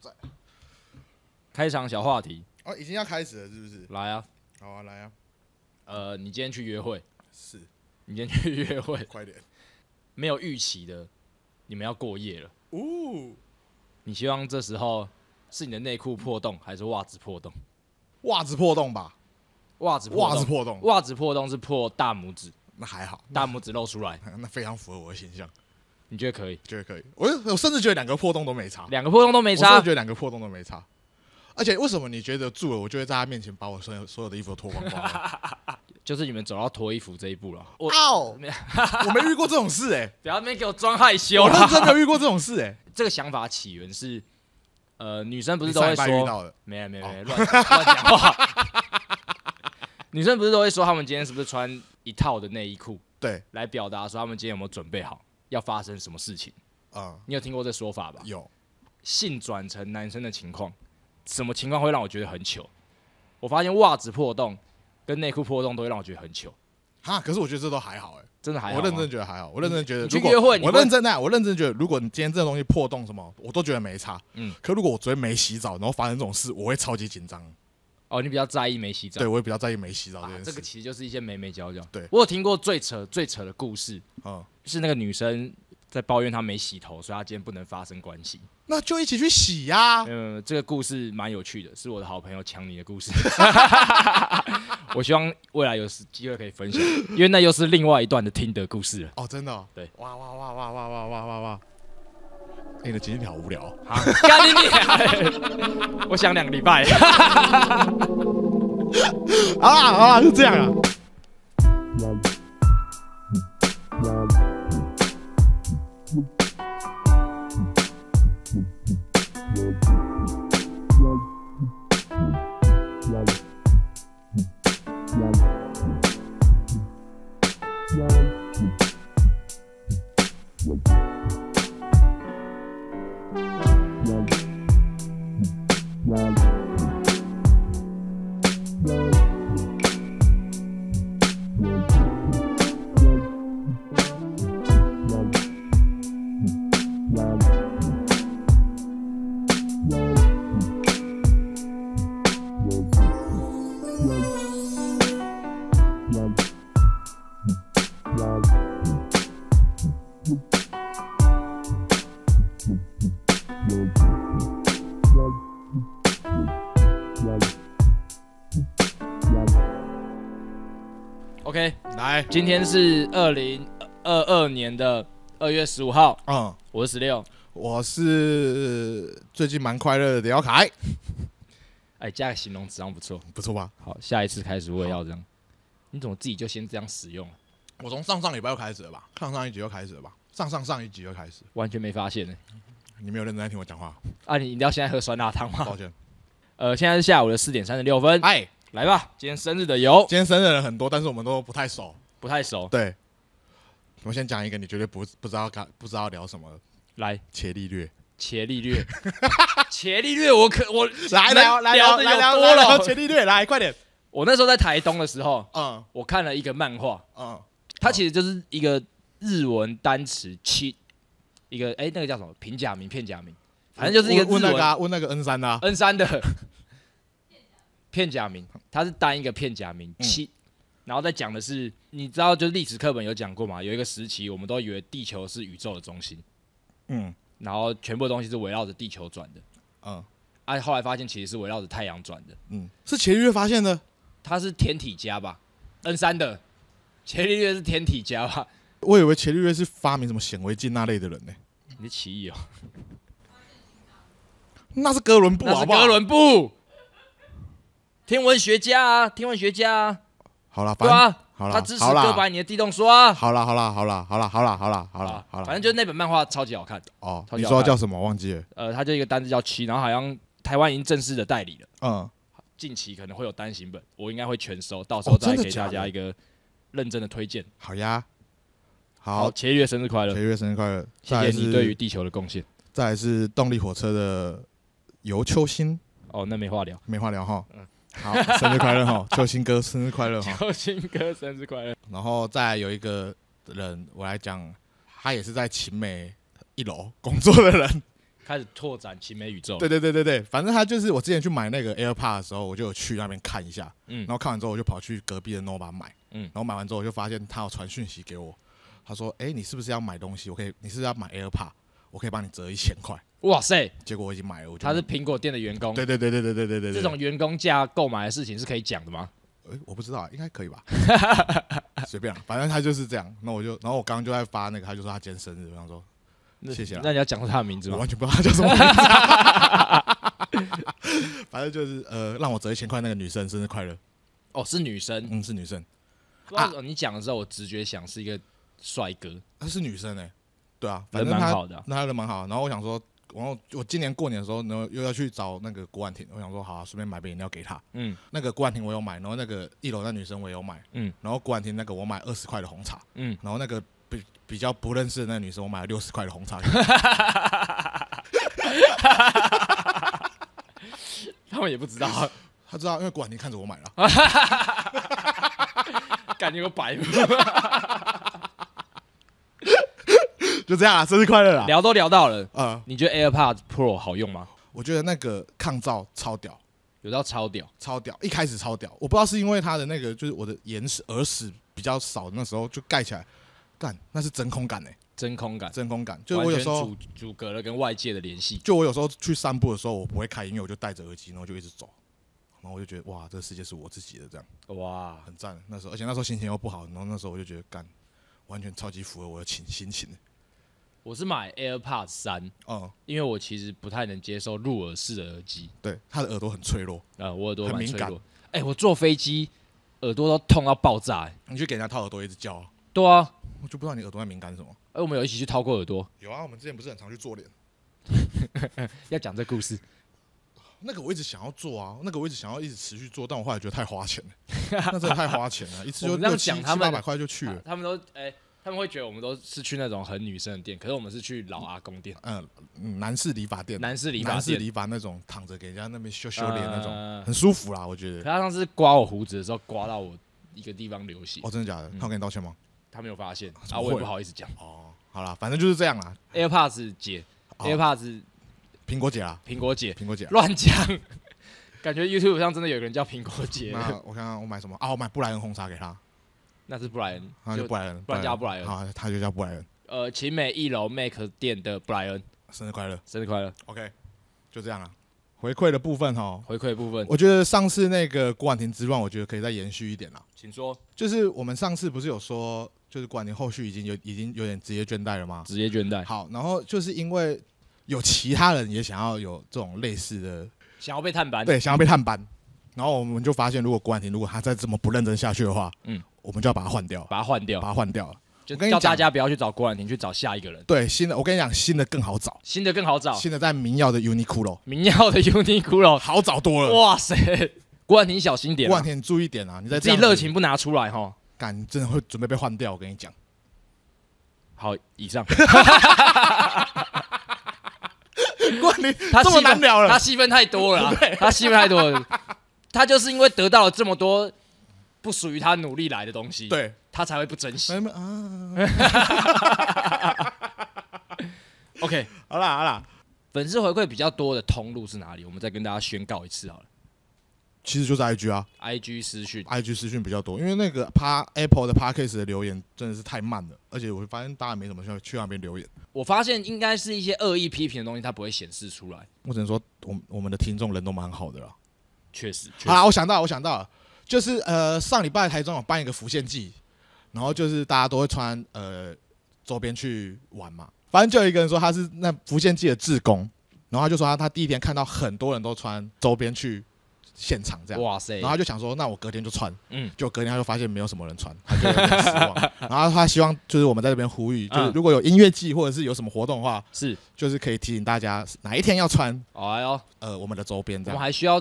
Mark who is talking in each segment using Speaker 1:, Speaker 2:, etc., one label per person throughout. Speaker 1: 在
Speaker 2: 开场小话题，
Speaker 1: 哦，已经要开始了，是不是？
Speaker 2: 来啊，
Speaker 1: 好啊，来啊，
Speaker 2: 呃，你今天去约会，
Speaker 1: 是，
Speaker 2: 你今天去约会，
Speaker 1: 快点。
Speaker 2: 没有预期的，你们要过夜了，
Speaker 1: 呜、
Speaker 2: 你希望这时候是你的内裤破洞还是袜子破洞？
Speaker 1: 袜子破洞吧？
Speaker 2: 袜子破
Speaker 1: 袜
Speaker 2: 洞
Speaker 1: 子破洞，
Speaker 2: 袜子破洞是破大 拇指，
Speaker 1: 那还好，
Speaker 2: 大拇指露出来，
Speaker 1: 那非常符合我的形象，
Speaker 2: 你觉得可以？
Speaker 1: 觉得可以。我我甚至觉得两个破洞都没差，
Speaker 2: 两个破洞都没
Speaker 1: 我甚至
Speaker 2: 差
Speaker 1: 觉，得两个破洞都没差。而且为什么你觉得住了，我就会在他面前把我所有所有的衣服都脱光光啊？
Speaker 2: 就是你们走到脱衣服这一步了。 我
Speaker 1: 哦，我没遇过这种事哎、
Speaker 2: 不要那边给我装害羞
Speaker 1: 我认
Speaker 2: 啦！
Speaker 1: 真的遇过这种事哎、
Speaker 2: 这个想法起源是，呃，女生不
Speaker 1: 不
Speaker 2: 是都会
Speaker 1: 遇
Speaker 2: 说，
Speaker 1: 到的？
Speaker 2: 没有没有没有乱讲乱讲话。女生不是都会说，她们今天是不是穿一套的内衣裤，
Speaker 1: 对，
Speaker 2: 来表达说她们今天有没有准备好要发生什么事情？
Speaker 1: 嗯，
Speaker 2: 你有听过这说法吧？
Speaker 1: 有
Speaker 2: 性转成男生的情况，什么情况会让我觉得很糗？我发现袜子破洞跟内裤破洞都会让我觉得很糗，
Speaker 1: 哈，可是我觉得这都还好哎、
Speaker 2: 真的还好
Speaker 1: 我
Speaker 2: 吗
Speaker 1: 认真觉得还好，我认真觉得
Speaker 2: 你去
Speaker 1: 如果
Speaker 2: 约会你
Speaker 1: 我
Speaker 2: 会
Speaker 1: 认真啊的，我认真觉得，如果你今天这个东西破洞什么，我都觉得没差。
Speaker 2: 嗯
Speaker 1: 嗯，可如果我昨天没洗澡，然后发生这种事，我会超级紧张。
Speaker 2: 哦，你比较在意没洗澡
Speaker 1: 对，。我也比较在意没洗澡这
Speaker 2: 啊
Speaker 1: 件，
Speaker 2: 这个
Speaker 1: 事。
Speaker 2: 其实就是一些眉眉角角。
Speaker 1: 对
Speaker 2: 我有听过最扯最扯的故事，
Speaker 1: 嗯，
Speaker 2: 是那个女生在抱怨她没洗头，所以她今天不能发生关系。
Speaker 1: 那就一起去洗呀。
Speaker 2: 嗯，这个故事蛮有趣的，是我的好朋友强尼的故事。 我希望未来有时机会可以分享，因为那又是另外一段的听的故事了。
Speaker 1: 哦，真的哦。
Speaker 2: 对
Speaker 1: 哇哇哇哇哇哇哇哇哇！哎你的今天好无聊哦。
Speaker 2: 啊，干你娘！我想两个礼拜。
Speaker 1: 好啦好啦，就这样啊。
Speaker 2: OK，
Speaker 1: 来，
Speaker 2: 今天是二零二二年的二月十五号，
Speaker 1: 嗯，
Speaker 2: 我是十六。
Speaker 1: 我是最近蛮快乐的李耀凯，
Speaker 2: 哎，加个形容词好像不错。
Speaker 1: 不错吧？
Speaker 2: 好，下一次开始我也要这样。你怎么自己就先这样使用了？啊
Speaker 1: 我从上上礼拜就开始了吧，上上一集就开始了吧，上上上一集就开始。
Speaker 2: 完全没发现呢、
Speaker 1: 你没有认真在听我讲话，
Speaker 2: 啊，你你要现在喝酸辣汤吗
Speaker 1: 抱？歉。
Speaker 2: 呃，现在是下午的四点三十六分，
Speaker 1: 哎，
Speaker 2: 来吧，今天生日的油
Speaker 1: 今天生日的人很多，但是我们都不太熟。
Speaker 2: 不太熟，
Speaker 1: 对，我先讲一个你绝对不不知道该不知道聊什么的
Speaker 2: 来，
Speaker 1: 伽利略。
Speaker 2: 茄利略，茄利略，我可我
Speaker 1: 来聊来聊
Speaker 2: 聊得
Speaker 1: 来
Speaker 2: 有
Speaker 1: 聊
Speaker 2: 多
Speaker 1: 来
Speaker 2: 了
Speaker 1: 聊伽利略，来快点。
Speaker 2: 我那时候在台东的时候，
Speaker 1: 嗯
Speaker 2: 我看了一个漫画，
Speaker 1: 嗯，
Speaker 2: 它其实就是一个日文单词七，一个哎、那个叫什么平假名片假名，反正就是一个
Speaker 1: 问问
Speaker 2: 日
Speaker 1: 那
Speaker 2: 文
Speaker 1: 个啊问那个 N 三的啊。
Speaker 2: N 三的 片假名，它是单一个片假名
Speaker 1: 嗯
Speaker 2: 七，然后再讲的是，你知道就是历史课本有讲过嘛，有一个时期我们都以为地球是宇宙的中心，
Speaker 1: 嗯
Speaker 2: 然后全部的东西是围绕着地球转的，
Speaker 1: 嗯
Speaker 2: 啊，后来发现其实是围绕着太阳转的，
Speaker 1: 嗯，是伽利略发现的。
Speaker 2: 它是天体家吧？N 三的伽利略是天体家吧？
Speaker 1: 我以为伽利略是发明什么显微镜那类的人呢，
Speaker 2: 你是奇异哦，
Speaker 1: 那是哥伦布
Speaker 2: 那
Speaker 1: 好
Speaker 2: 是
Speaker 1: 不好
Speaker 2: 哥？伦布，天文学家啊，天文学家啊，
Speaker 1: 好了，
Speaker 2: 对
Speaker 1: 反正
Speaker 2: 啊，
Speaker 1: 好
Speaker 2: 他
Speaker 1: 了
Speaker 2: 支持
Speaker 1: 好
Speaker 2: 哥
Speaker 1: 了
Speaker 2: 白尼的地动说啊。
Speaker 1: 好了好了好了好了好了好了好了
Speaker 2: 啊
Speaker 1: 好了，
Speaker 2: 反正就是那本漫画超级好看。
Speaker 1: 哦，
Speaker 2: 超级
Speaker 1: 你
Speaker 2: 好
Speaker 1: 说
Speaker 2: 看
Speaker 1: 叫什么忘记了？
Speaker 2: 呃，它就一个单字叫七，然后好像台湾已经正式的代理了，
Speaker 1: 嗯，
Speaker 2: 近期可能会有单行本，我应该会全收，到时
Speaker 1: 哦
Speaker 2: 候再
Speaker 1: 真的
Speaker 2: 给
Speaker 1: 假
Speaker 2: 大家
Speaker 1: 的
Speaker 2: 一个认真的推荐。
Speaker 1: 好呀，好
Speaker 2: 好，，伽利略生日快乐
Speaker 1: 伽！利略生日快乐！再
Speaker 2: 谢
Speaker 1: 来
Speaker 2: 谢
Speaker 1: 是
Speaker 2: 你对于地球的贡献。
Speaker 1: 再来是动力火车的尤秋兴，
Speaker 2: 哦，那没话聊。
Speaker 1: 没话聊哈。
Speaker 2: 嗯
Speaker 1: 好，生日快乐 哈，秋兴哥生日快乐哈。
Speaker 2: 邱兴哥生日快乐！
Speaker 1: 然后再来有一个 人，我来讲，他也是在秦美一楼工作的人，
Speaker 2: 开始拓展奇美宇宙。
Speaker 1: 对对对对对，反正他就是我之前去买那个 AirPod 的时候，我就有去那边看一下，
Speaker 2: 嗯
Speaker 1: 然后看完之后我就跑去隔壁的 Nova 买，
Speaker 2: 嗯
Speaker 1: 然后买完之后我就发现他有传讯息给我，他说：“哎、你是不是要买东西？我可以，你是不是要买 AirPod？我可以帮你折一千块。
Speaker 2: 哇塞，”
Speaker 1: 结果我已经买了，我就
Speaker 2: 他是苹果店的员工，
Speaker 1: 对对对对对对对对，对
Speaker 2: 这种员工价购买的事情是可以讲的吗？
Speaker 1: 诶我不知道、应该可 以吧，随便、啊，反正他就是这样。那我就，然后我刚刚就在发那个，他就说他今天生日，我想说
Speaker 2: 那
Speaker 1: 谢谢啦
Speaker 2: 那你要讲出他的名字
Speaker 1: 我哦
Speaker 2: 吗？
Speaker 1: 完全不知道他叫什么名字、啊反正就是呃，让我折一千块那个女生生日快乐，
Speaker 2: 哦，是女生。
Speaker 1: 嗯，是女生。
Speaker 2: 不知道为什么你讲的时候，我直觉想是一个帅哥，
Speaker 1: 她是女生哎、对啊，反
Speaker 2: 人
Speaker 1: 正
Speaker 2: 蛮
Speaker 1: 她
Speaker 2: 好的啊。
Speaker 1: 那她人蛮好。然后我想说，然后我今年过年的时候，然后又要去找那个郭婉婷，我想说好、啊，顺便买杯饮料给她。
Speaker 2: 嗯
Speaker 1: 那个郭婉婷我有买，然后那个一楼那女生我也有买，
Speaker 2: 嗯
Speaker 1: 然后郭婉婷那个我买二十块的红茶，
Speaker 2: 嗯，
Speaker 1: 然后那个比比较不认识的那个女生我买了六十块的红 茶给她。
Speaker 2: 他们也不知道，
Speaker 1: 她知啊道，因为郭婉婷看着我买了。
Speaker 2: 啊感觉有 白目。
Speaker 1: 就这样啊，生日快乐啦！
Speaker 2: 聊都聊到了，
Speaker 1: 呃，
Speaker 2: 你觉得 AirPods Pro 好用吗？
Speaker 1: 我觉得那个抗噪超屌，
Speaker 2: 有到超屌，
Speaker 1: 超屌，一开始超屌，我不知道是因为它的那个就是我的眼屎耳屎比较少，那时候就盖起来，干那是真空感哎、
Speaker 2: 真空感，
Speaker 1: 真空感。就是我有时
Speaker 2: 完
Speaker 1: 候，
Speaker 2: 全阻阻隔了跟外界的联系。
Speaker 1: 就我有时候去散步的时候，我不会开音乐，我就戴着耳机，然后就一直走，然后我就觉得哇，这个世界是我自己的，这样
Speaker 2: 哇，
Speaker 1: 很赞。那时候，而且那时候心情又不好，然后那时候我就觉得干，完全超级符合我的情心情的。
Speaker 2: 我是买 AirPods 三，
Speaker 1: 嗯，
Speaker 2: 因为我其实不太能接受入耳式的耳机，
Speaker 1: 对，他的耳朵很脆弱，
Speaker 2: 呃，我耳朵
Speaker 1: 很
Speaker 2: 蛮
Speaker 1: 敏
Speaker 2: 脆
Speaker 1: 感
Speaker 2: 弱。哎、我坐飞机耳朵都痛到爆炸、哎
Speaker 1: 你去给人家掏耳朵一直叫、啊，
Speaker 2: 对啊，
Speaker 1: 我就不知道你耳朵在敏感什么。
Speaker 2: 哎，我们有一起去掏过耳朵，
Speaker 1: 有啊，我们之前不是很常去做脸。
Speaker 2: 要讲这故 事。
Speaker 1: 那个我一直想要做啊，那个我一直想要一直持续做，但我后来觉得太花钱了， 那真的太花钱了，一次就
Speaker 2: 我们这样
Speaker 1: 六七
Speaker 2: 讲
Speaker 1: 七
Speaker 2: 他们
Speaker 1: 八百块就去了。
Speaker 2: 他们都哎、他们会觉得我们都是去那种很女生的店，可是我们是去老阿公店，
Speaker 1: 嗯嗯，男士理发店，
Speaker 2: 男士理发
Speaker 1: 男士
Speaker 2: 店，
Speaker 1: 理发那种躺着给人家那边修修脸那种，
Speaker 2: 呃
Speaker 1: 很舒服啦，我觉
Speaker 2: 可
Speaker 1: 得。
Speaker 2: 他上次刮我胡子的时候，刮到我一个地方流血，
Speaker 1: 哦，真的假的？
Speaker 2: 嗯
Speaker 1: 他有跟你道歉吗？
Speaker 2: 他没有发现，
Speaker 1: 怎么
Speaker 2: 啊，我也
Speaker 1: 会
Speaker 2: 不好意思讲。
Speaker 1: 哦，好啦，反正就是这样啦。
Speaker 2: AirPods 姐
Speaker 1: 哦
Speaker 2: ，AirPods
Speaker 1: 苹果姐啦，
Speaker 2: 苹果姐，
Speaker 1: 苹果姐。
Speaker 2: 乱讲， 感觉 YouTube 上真的有个人叫苹果姐，
Speaker 1: 那我看看我买什么啊？我买布莱恩红茶给他，
Speaker 2: 那是布莱恩，
Speaker 1: 他就布莱恩，
Speaker 2: 不然叫布莱恩
Speaker 1: 好，他就叫布莱恩。
Speaker 2: 呃，秦美一楼 Make 店的布莱恩，
Speaker 1: 生日快乐
Speaker 2: 生日快乐！
Speaker 1: ，OK，就这样啦。回馈的部分哈，
Speaker 2: 回馈部分，
Speaker 1: 我觉得上次那个郭婉婷之乱，我觉得可以再延续一点啦。
Speaker 2: 请说。
Speaker 1: 就是我们上次不是有说，就是管宁后续已经有已经有点职业倦怠了吗？
Speaker 2: 职业倦怠，
Speaker 1: 好，然后就是因为有其他人也想要有这种类似的，
Speaker 2: 想要被探班，
Speaker 1: 对，想要被探班，然后我们就发现，如果郭婉婷如果她再这么不认真下去的话，
Speaker 2: 嗯
Speaker 1: 嗯，我们就要把她换掉，
Speaker 2: 把它换掉
Speaker 1: 把，她换掉了。
Speaker 2: 就
Speaker 1: 我跟你
Speaker 2: 叫
Speaker 1: 讲
Speaker 2: 大家不要去找郭婉婷，去找下一个人，
Speaker 1: 对，新的我跟你讲，新的更好找，
Speaker 2: 新的更好找。
Speaker 1: 新的在民谣的 Uniqlo
Speaker 2: 民谣的 Uniqlo，
Speaker 1: 好找多了。
Speaker 2: 哇塞，郭婉婷小心点
Speaker 1: 郭
Speaker 2: 啊，
Speaker 1: 婉婷注意点啊，你在
Speaker 2: 自己
Speaker 1: 这样子
Speaker 2: 热，情不拿出来哈。
Speaker 1: 感真的会准备被换掉。我跟你讲，
Speaker 2: 好，以上
Speaker 1: 郭婉婷
Speaker 2: 他
Speaker 1: 这么
Speaker 2: 戏份
Speaker 1: 难聊了
Speaker 2: 他，戏份太 多了啊，他戏份太多了，他就是因为得到了这么多不属于他努力来的东西，，
Speaker 1: 对，
Speaker 2: 他才会不珍惜。
Speaker 1: 没没啊，
Speaker 2: OK，
Speaker 1: 好啦好啦，
Speaker 2: 粉丝回馈比较多的通路是哪里？我们再跟大家宣告一次好了。
Speaker 1: 其实就是 IG 啊。
Speaker 2: IG 私讯，
Speaker 1: IG 私讯比较多，因为那个 p Apple 的 Podcast 的留言真的是太慢了，而且我发现大家没怎么去去那边留言。
Speaker 2: 我发现应该是一些恶意批评的东西，它不会显示出来。
Speaker 1: 我只能说，我们我们的听众人都蛮好的啦。
Speaker 2: 确实，确
Speaker 1: 好
Speaker 2: 实，
Speaker 1: 啦，我想到了，我想到了，就是呃上礼拜台中有办一个浮现祭，然后就是大家都会穿呃周边去玩嘛。反正就有一个人说他是那浮现祭的志工，然后他就说他他第一天看到很多人都穿周边去现场这样。
Speaker 2: 哇塞
Speaker 1: 然，后他就想说，那我隔天就穿，
Speaker 2: 嗯
Speaker 1: 嗯，就隔天他就发现没有什么人穿，他就有点失 望。然后他希望就是我们在这边呼吁，就是
Speaker 2: 嗯
Speaker 1: 如果有音乐季或者是有什么活动的话，
Speaker 2: 是，
Speaker 1: 就是可以提醒大家哪一天要穿
Speaker 2: 哎呦，
Speaker 1: 呃我们的周边
Speaker 2: 我
Speaker 1: 这
Speaker 2: 们
Speaker 1: 样，
Speaker 2: 还需要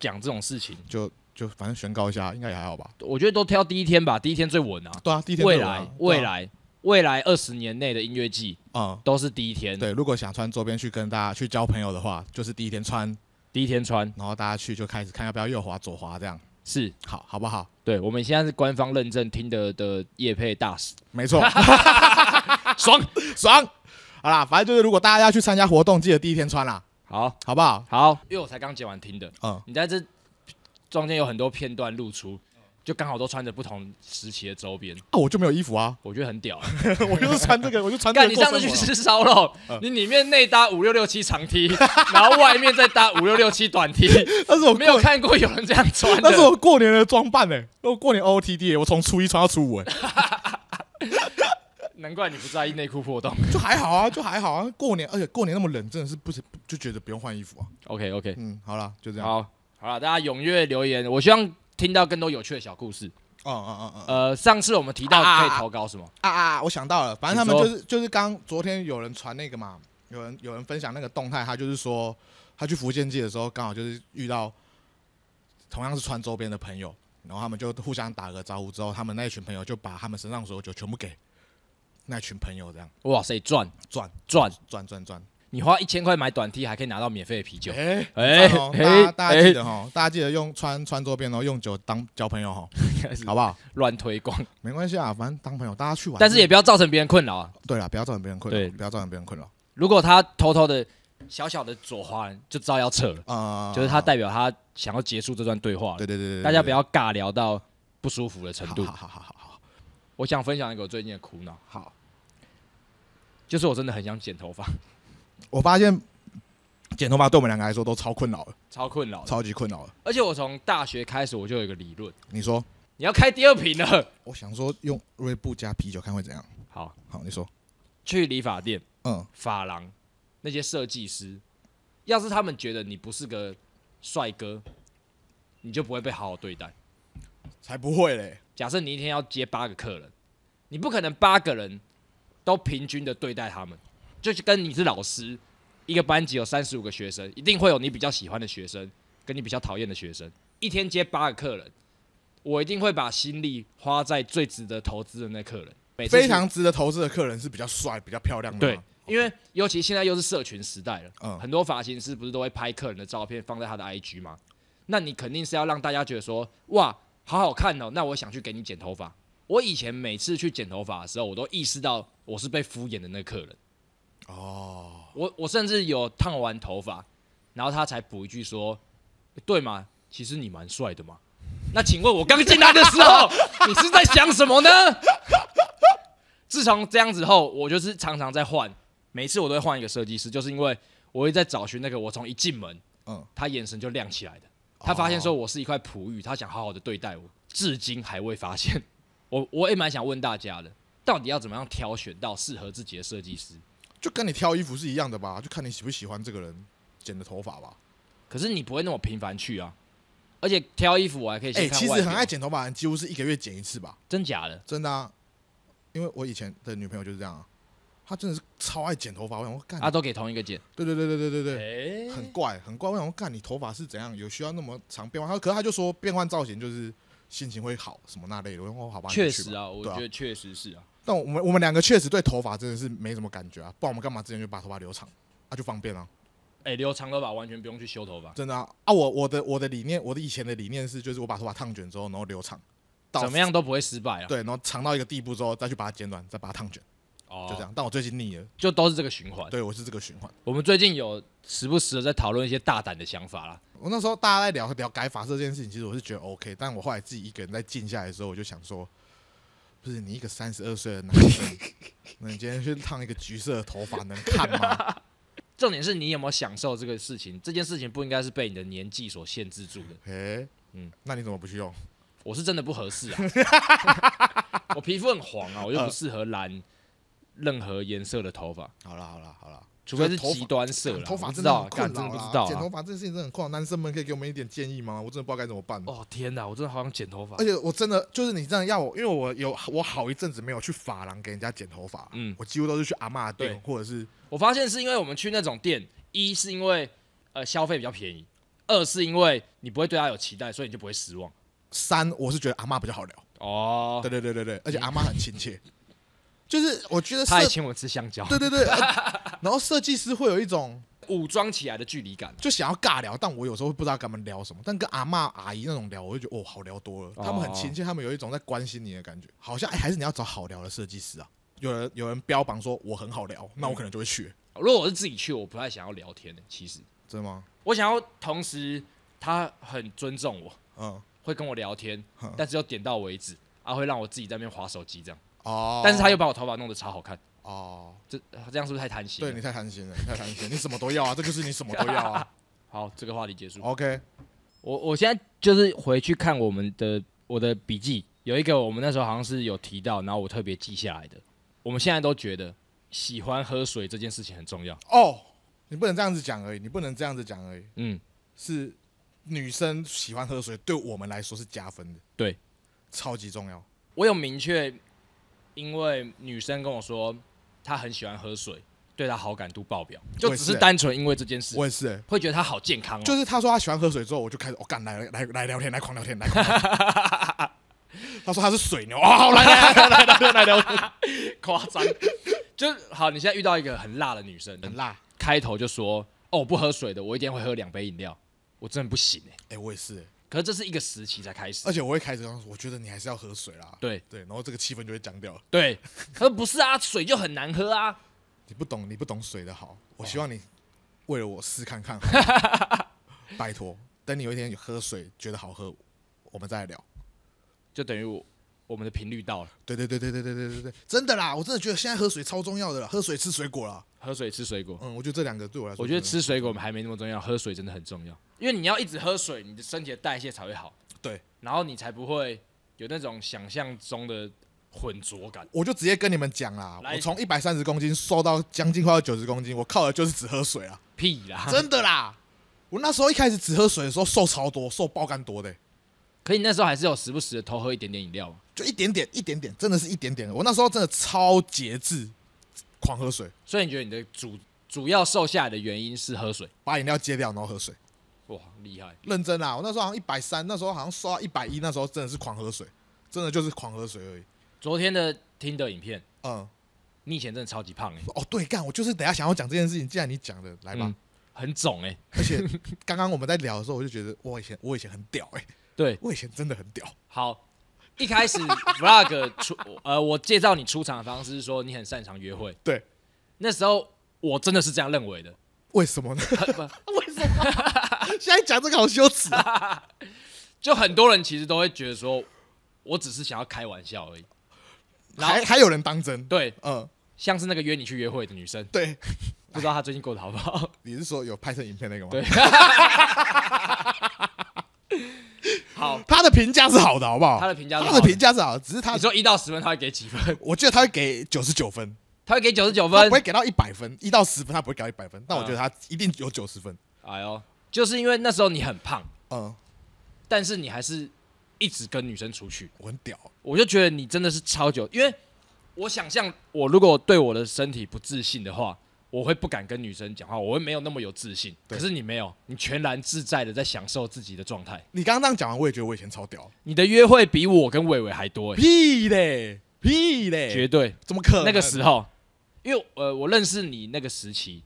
Speaker 2: 讲这种事情。
Speaker 1: 就就反正宣告一下，应该也还好吧。
Speaker 2: 我觉得都挑第一天吧，第一天最稳啊。
Speaker 1: 对啊，第一天
Speaker 2: 未
Speaker 1: 就有
Speaker 2: 来
Speaker 1: 啊，
Speaker 2: 未，来，未来二十年内的音乐季
Speaker 1: 对啊
Speaker 2: 都是第一天
Speaker 1: 嗯，，对，如果想穿周边去跟大家去交朋友的话，就是第一天穿，
Speaker 2: 第一天穿
Speaker 1: 然后大家去就开始看要不要右滑左滑这样，
Speaker 2: 是
Speaker 1: 好好不好？
Speaker 2: 对。我们现在是官方 认证听的的业配大使，
Speaker 1: 没错，
Speaker 2: 爽。
Speaker 1: 爽。好啦，反正就是如果大家要去参加活动，记得第一天穿啦，
Speaker 2: 好
Speaker 1: 好不 好？
Speaker 2: 好，因为我才刚剪完听的，
Speaker 1: 嗯，
Speaker 2: 你在这中间有很多片段露出，就刚好都穿着不同时期的周边，
Speaker 1: 啊，我就没有衣服啊，
Speaker 2: 我觉得很屌。欸
Speaker 1: 我就是穿这个，我就穿这
Speaker 2: 干
Speaker 1: 个
Speaker 2: 你
Speaker 1: 过
Speaker 2: 上
Speaker 1: 生活
Speaker 2: 次去
Speaker 1: 了。嗯
Speaker 2: 吃烧肉，你里面内搭五六六七长 T，然后外面再搭五六六七短 T，
Speaker 1: 那 是我
Speaker 2: 没有
Speaker 1: 过，
Speaker 2: 看过有人这样穿
Speaker 1: 那是
Speaker 2: 的。
Speaker 1: 我过年的装扮呢、我过年 OOTD，、欸、我从初一穿到初五、欸，
Speaker 2: 难怪你不在意内裤破洞。
Speaker 1: 就还好啊，就还好啊。过年，而且过年那么冷，真的是不是就觉得不用换衣服啊。
Speaker 2: OK OK，
Speaker 1: 嗯，好啦，就这样。
Speaker 2: 好好了，大家踊跃留言，我希望听到更多有趣的小故事。
Speaker 1: 嗯嗯嗯嗯
Speaker 2: 呃，上次我们提到可以投稿什么？
Speaker 1: 啊啊！我想到了，反正他们
Speaker 2: 你
Speaker 1: 就
Speaker 2: 说
Speaker 1: 是就是刚昨天有人传那个嘛，有人有人分享那个动态，他就是说他去福建记的时候，刚好就是遇到同样是穿周边的朋友，然后他们就互相打个招呼之后，他们那一群朋友就把他们身上所有酒全部给那群朋友这样
Speaker 2: 哇塞，赚
Speaker 1: 赚
Speaker 2: 赚！
Speaker 1: 赚赚赚。
Speaker 2: 你花一千块买短 T，还可以拿到免费的啤酒。
Speaker 1: 哎
Speaker 2: 哎
Speaker 1: 赞哦大家
Speaker 2: 哎
Speaker 1: 大家记得哦，大家记得用穿穿周边哦，用酒当交朋友哦，
Speaker 2: 开始
Speaker 1: 好不好？
Speaker 2: 哎乱推广，
Speaker 1: 没关系啊，反正当朋友大家去玩，
Speaker 2: 但是也不要造成别人困扰啊。
Speaker 1: 对啦，不要造成别人困
Speaker 2: 对
Speaker 1: 扰，不要造成别人困扰。
Speaker 2: 如果他偷偷的小小的左滑，就知道要撤了，
Speaker 1: 啊，
Speaker 2: 就是他代表他想要结束这段对话了。
Speaker 1: 对对对对，
Speaker 2: 大家
Speaker 1: 对
Speaker 2: 不要尬聊到不舒服的程度
Speaker 1: 好。好好好好
Speaker 2: 我想分享一个我最近的苦恼，
Speaker 1: 好，
Speaker 2: 就是我真的很想剪头发，
Speaker 1: 我发现剪头发对我们两个来说都超困扰了，
Speaker 2: 超困扰 的。
Speaker 1: 超级困扰了。
Speaker 2: 而且我从大学开始我就有一个理论，
Speaker 1: 你说，
Speaker 2: 你要开第二瓶了。
Speaker 1: 我想说用锐步加啤酒看会怎样？
Speaker 2: 好，
Speaker 1: 好，你说，
Speaker 2: 去理发店、
Speaker 1: 嗯
Speaker 2: 发廊那些设计师，要是他们觉得你不是个帅哥，你就不会被好好对待。
Speaker 1: 才不会嘞，
Speaker 2: 假设你一天要接八个客人，你不可能八个人都平均的对待他们，就是跟你是老师，一个班级有三十五个学生，一定会有你比较喜欢的学生，跟你比较讨厌的学生。一天接八个客人，我一定会把心力花在最值得投资的那客人。每次去
Speaker 1: 非常值得投资的客人是比较帅、比较漂亮的。
Speaker 2: 对，，因为尤其现在又是社群时代了，
Speaker 1: 嗯
Speaker 2: 很多发型师不是都会拍客人的照片放在他的 IG 吗？那你肯定是要让大家觉得说，哇，好好看哦，那我想去给你剪头发。我以前每次去剪头发的时候，我都意识到我是被敷衍的那个客人。
Speaker 1: 哦，
Speaker 2: 我我甚至有烫完头发，然后他才补一句说：“对嘛，其实你蛮帅的嘛。”那请问我刚进来的 时候，你是在想什么呢？自从这样子后，我就是常常在换，每次我都会换一个设计师，就是因为我会在找寻那个我从一进门，
Speaker 1: 嗯哦
Speaker 2: 他眼神就亮起来的。他发现说我是一块璞玉，他想好好的对待我，至今还未发现。我我也蛮想问大家的，到底要怎么样挑选到适合自己的设计师？
Speaker 1: 就跟你挑衣服是一样的吧，就看你喜不喜欢这个人剪的头发吧。
Speaker 2: 可是你不会那么频繁去啊。而且挑衣服我还可以
Speaker 1: 哎、
Speaker 2: 先看
Speaker 1: 其实
Speaker 2: 外表、
Speaker 1: 很爱剪头发的人几乎是一个月剪一次吧，
Speaker 2: 真假的？
Speaker 1: 真的啊，因为我以前的女朋友就是这样啊，她真的是超爱剪头发，我想说干，
Speaker 2: 啊，都给同一个剪。
Speaker 1: 对对对对对对对。
Speaker 2: 哎
Speaker 1: 很怪，很怪。我想说，干你头发是怎样？有需要那么长变换？他可是他就说变换造型就是心情会好什么那类的。我说哦，好吧，
Speaker 2: 确
Speaker 1: 你去吧
Speaker 2: 实啊，我
Speaker 1: 对啊
Speaker 2: 觉得确实是啊。
Speaker 1: 但我们我们两个确实对头发真的是没什么感觉啊，不然我们干嘛之前就把头发留长？啊，就方便啊，
Speaker 2: 哎、留长头发完全不用去修头发，
Speaker 1: 真的啊啊！我我的我的理念，我的以前的理念是，就是我把头发烫卷之后，然后留长，到
Speaker 2: 怎么？样都不会失败啊。
Speaker 1: 对，然后长到一个地步之后，再去把它剪短，再把它烫卷，
Speaker 2: 哦
Speaker 1: 就这，样。但我最近腻了，
Speaker 2: 就都是这个循环。
Speaker 1: 对我是这个循环。
Speaker 2: 我们最近有时不时的在讨论一些大胆的想法啦。
Speaker 1: 我那时候大家在聊聊改发色这件事情，其实我是觉得 OK，但我后来自己一个人在静下来的时候，我就想说，不是你一个三十二岁的男生， 那你今天去烫一个橘色的头发能看 吗？
Speaker 2: 重点是你有没有享受这个事情？这件事情不应该是被你的年纪所限制住的。
Speaker 1: 哎、
Speaker 2: 嗯
Speaker 1: 嗯，那你怎么不去用？
Speaker 2: 我是真的不合适啊， 我皮肤很黄啊，我
Speaker 1: 嗯
Speaker 2: 又不适合染任何颜色的头发。
Speaker 1: 好了好了好了，
Speaker 2: 除非
Speaker 1: 就
Speaker 2: 是
Speaker 1: 是头发
Speaker 2: 极端色啦，
Speaker 1: 头发
Speaker 2: 我
Speaker 1: 真
Speaker 2: 知
Speaker 1: 的
Speaker 2: 道
Speaker 1: 很，
Speaker 2: 干
Speaker 1: 困
Speaker 2: 真
Speaker 1: 扰
Speaker 2: 的不知
Speaker 1: 啦
Speaker 2: 道
Speaker 1: 剪头
Speaker 2: 啊。
Speaker 1: 发这件事情真的很困扰，男生们可以给我们一点建议吗？我真的不知道该怎么办。
Speaker 2: 哦天哪，我真的好想剪头发
Speaker 1: 而。且我真的就是你这样要我，因为我有我好一阵子没有去发廊给人家剪头发，
Speaker 2: 嗯
Speaker 1: 嗯，我几乎都是去阿嬷的
Speaker 2: 对
Speaker 1: 店或者是
Speaker 2: 我发现是因为我们去那种店，一是因为呃消费比较便宜，二是因为你不会对他有期待，所以你就不会失望。
Speaker 1: 三，我是觉得阿嬷比较好聊。
Speaker 2: 哦，
Speaker 1: 对对对对对，而且阿妈很亲切，就是我觉得
Speaker 2: 他还
Speaker 1: 设
Speaker 2: 请我吃香蕉，
Speaker 1: 对对对，呃 然后设计师会有一种
Speaker 2: 武装起来的距离感。
Speaker 1: 就想要尬聊，但我有时候会不知道跟他们聊什么，但跟阿妈阿姨那种聊，我就觉
Speaker 2: 哦
Speaker 1: 得哦好聊多了，他们很亲切，他们有一种在关心你的感觉，好像哎还是你要找好聊的设计师啊，有人有人标榜说我很好聊，
Speaker 2: 嗯
Speaker 1: 那我可能就会去，
Speaker 2: 如果我是自己去，我不太想要聊天的、欸其实
Speaker 1: 真的吗？
Speaker 2: 我想要同时他很尊重我，
Speaker 1: 嗯，
Speaker 2: 会跟我聊天
Speaker 1: 哼，
Speaker 2: 但是又点到为止，啊，会让我自己在那边划手机这样。
Speaker 1: 哦，
Speaker 2: 但是他又把我头发弄得超好看，
Speaker 1: 哦，
Speaker 2: 这这样是不是太贪心了？
Speaker 1: 对你太贪心了，你太贪心，你什么都要啊，这就是你什么都要 啊。
Speaker 2: 好，这个话题结束。
Speaker 1: OK，
Speaker 2: 我我现在就是回去看我们的我的笔记，有一个我们那时候好像是有提到，然后我特别记下来的。我们现在都觉得喜欢喝水这件事情很重要。
Speaker 1: 哦，你不能这样子讲而已，你不能这样子讲而已，
Speaker 2: 嗯，
Speaker 1: 是女生喜欢喝水，对我们来说是加分的，
Speaker 2: 对，
Speaker 1: 超级重要。
Speaker 2: 我有明确，因为女生跟我说她很喜欢喝水，对她好感度爆表，就
Speaker 1: 我也
Speaker 2: 只
Speaker 1: 是
Speaker 2: 是
Speaker 1: 欸
Speaker 2: 单纯因为这件事，
Speaker 1: 我也是、欸，
Speaker 2: 会觉得她好健康哦。
Speaker 1: 就是他说他喜欢喝水之后，我就开始我干、来来来聊天，来狂聊天，来狂聊天。 他说他是水牛啊、好来来来来来来聊 天，
Speaker 2: 夸张。就是好，你现在遇到一个很辣的女生，
Speaker 1: 很辣。
Speaker 2: 开头就说：“哦，我不喝水的，我一天会喝两杯饮料。”我真的不行哎、
Speaker 1: 哎、我也是、欸，
Speaker 2: 可是这是一个时期才开始
Speaker 1: 而。且我会开始跟他说，我觉得你还是要喝水啦。
Speaker 2: 对
Speaker 1: 对，然后这个气氛就会僵掉了。
Speaker 2: 对，可是不是啊，水就很难喝啊。
Speaker 1: 你不懂，你不懂水的好。我希望你为了我试看 看，拜托。等你有一天喝水觉得好喝，我们再来聊。
Speaker 2: 就等于我我们的频率到了，
Speaker 1: 对对对对对对对对对，真的啦！我真的觉得现在喝水超重要的啦，喝水吃水果啦。
Speaker 2: 喝水吃水果。
Speaker 1: 嗯，我觉得这两个对我来说
Speaker 2: 我
Speaker 1: 真
Speaker 2: 觉
Speaker 1: 的，
Speaker 2: 得吃水果还没那么重要，喝水真的很重要，因为你要一直喝水，你的身体的代谢才会好，
Speaker 1: 对，
Speaker 2: 然后你才不会有那种想象中的混浊感。
Speaker 1: 我就直接跟你们讲啦，
Speaker 2: 来
Speaker 1: 我从一百三十公斤瘦到将近快要九十公斤，我靠的就是只喝水 啊，
Speaker 2: 屁啦！
Speaker 1: 真的啦！我那时候一开始只喝水的时候瘦超多，瘦爆干多的欸、
Speaker 2: 可你那时候还是有时不时的偷喝一点点饮料嘛，
Speaker 1: 就一点点一点点，真的是一点点的。我那时候真的超节制，狂喝水，
Speaker 2: 所以你觉得你的主主要瘦下来的原因是喝水？
Speaker 1: 把饮料戒掉，然后喝水。
Speaker 2: 哇，厉害！
Speaker 1: 认真啦，我那时候好像一百三，那时候好像刷一百一，那时候真的是狂喝水，真的就是狂喝水而已。
Speaker 2: 昨天的听的影片，
Speaker 1: 嗯，
Speaker 2: 你以前真的超级胖哎、
Speaker 1: 哦对，干，我就是等一下想要讲这件事情，既然你讲了，来吧。
Speaker 2: 嗯很肿哎、
Speaker 1: 而且刚刚我们在聊的时候，我就觉得我以前我以前很屌哎、
Speaker 2: 对，
Speaker 1: 我以前真的很屌。
Speaker 2: 好，一开始 vlog 出 呃，我介绍你出场的方式是说你很擅长约会。
Speaker 1: 对，
Speaker 2: 那时候我真的是这样认为的。
Speaker 1: 为什么呢？
Speaker 2: 很 不
Speaker 1: 为什么？现在讲这个好羞耻、啊。
Speaker 2: 就很多人其实都会觉得说，我只是想要开玩笑而已。 然后
Speaker 1: 还还有人当真？
Speaker 2: 对，
Speaker 1: 嗯，
Speaker 2: 像是那个约你去约会的女生，
Speaker 1: 对，
Speaker 2: 不知道她最近过得好 不好？
Speaker 1: 你是说有拍成影片那个吗？
Speaker 2: 对好，
Speaker 1: 他的评价是好的，好不好？
Speaker 2: 她的评价是
Speaker 1: 他
Speaker 2: 好
Speaker 1: 的
Speaker 2: 的
Speaker 1: 评价是好的，只是他
Speaker 2: 你，说一到十分，她会给几分？
Speaker 1: 我记得他会给九十九分，
Speaker 2: 她会给九十九
Speaker 1: 他
Speaker 2: 分
Speaker 1: 不。会给到一百分，一到十分他不会给到一百分，但我
Speaker 2: 嗯
Speaker 1: 觉得他一定有九十分。
Speaker 2: 哎呦，就是因为那时候你很胖，
Speaker 1: 嗯，
Speaker 2: 但是你还是一直跟女生出去。
Speaker 1: 我很屌，啊
Speaker 2: 我就觉得你真的是超久，因为我想象我如果对我的身体不自信的话，我会不敢跟女生讲话，我会没有那么有自信。
Speaker 1: 对
Speaker 2: 可是你没有，你全然自在的在享受自己的状态。
Speaker 1: 你刚刚这样讲完，我也觉得我以前超屌。啊
Speaker 2: 你的约会比我跟伟伟还多、欸，
Speaker 1: 屁嘞，屁
Speaker 2: 绝
Speaker 1: 嘞，
Speaker 2: 对。
Speaker 1: 怎么可能？
Speaker 2: 那个时候，因为呃，我认识你那个时期，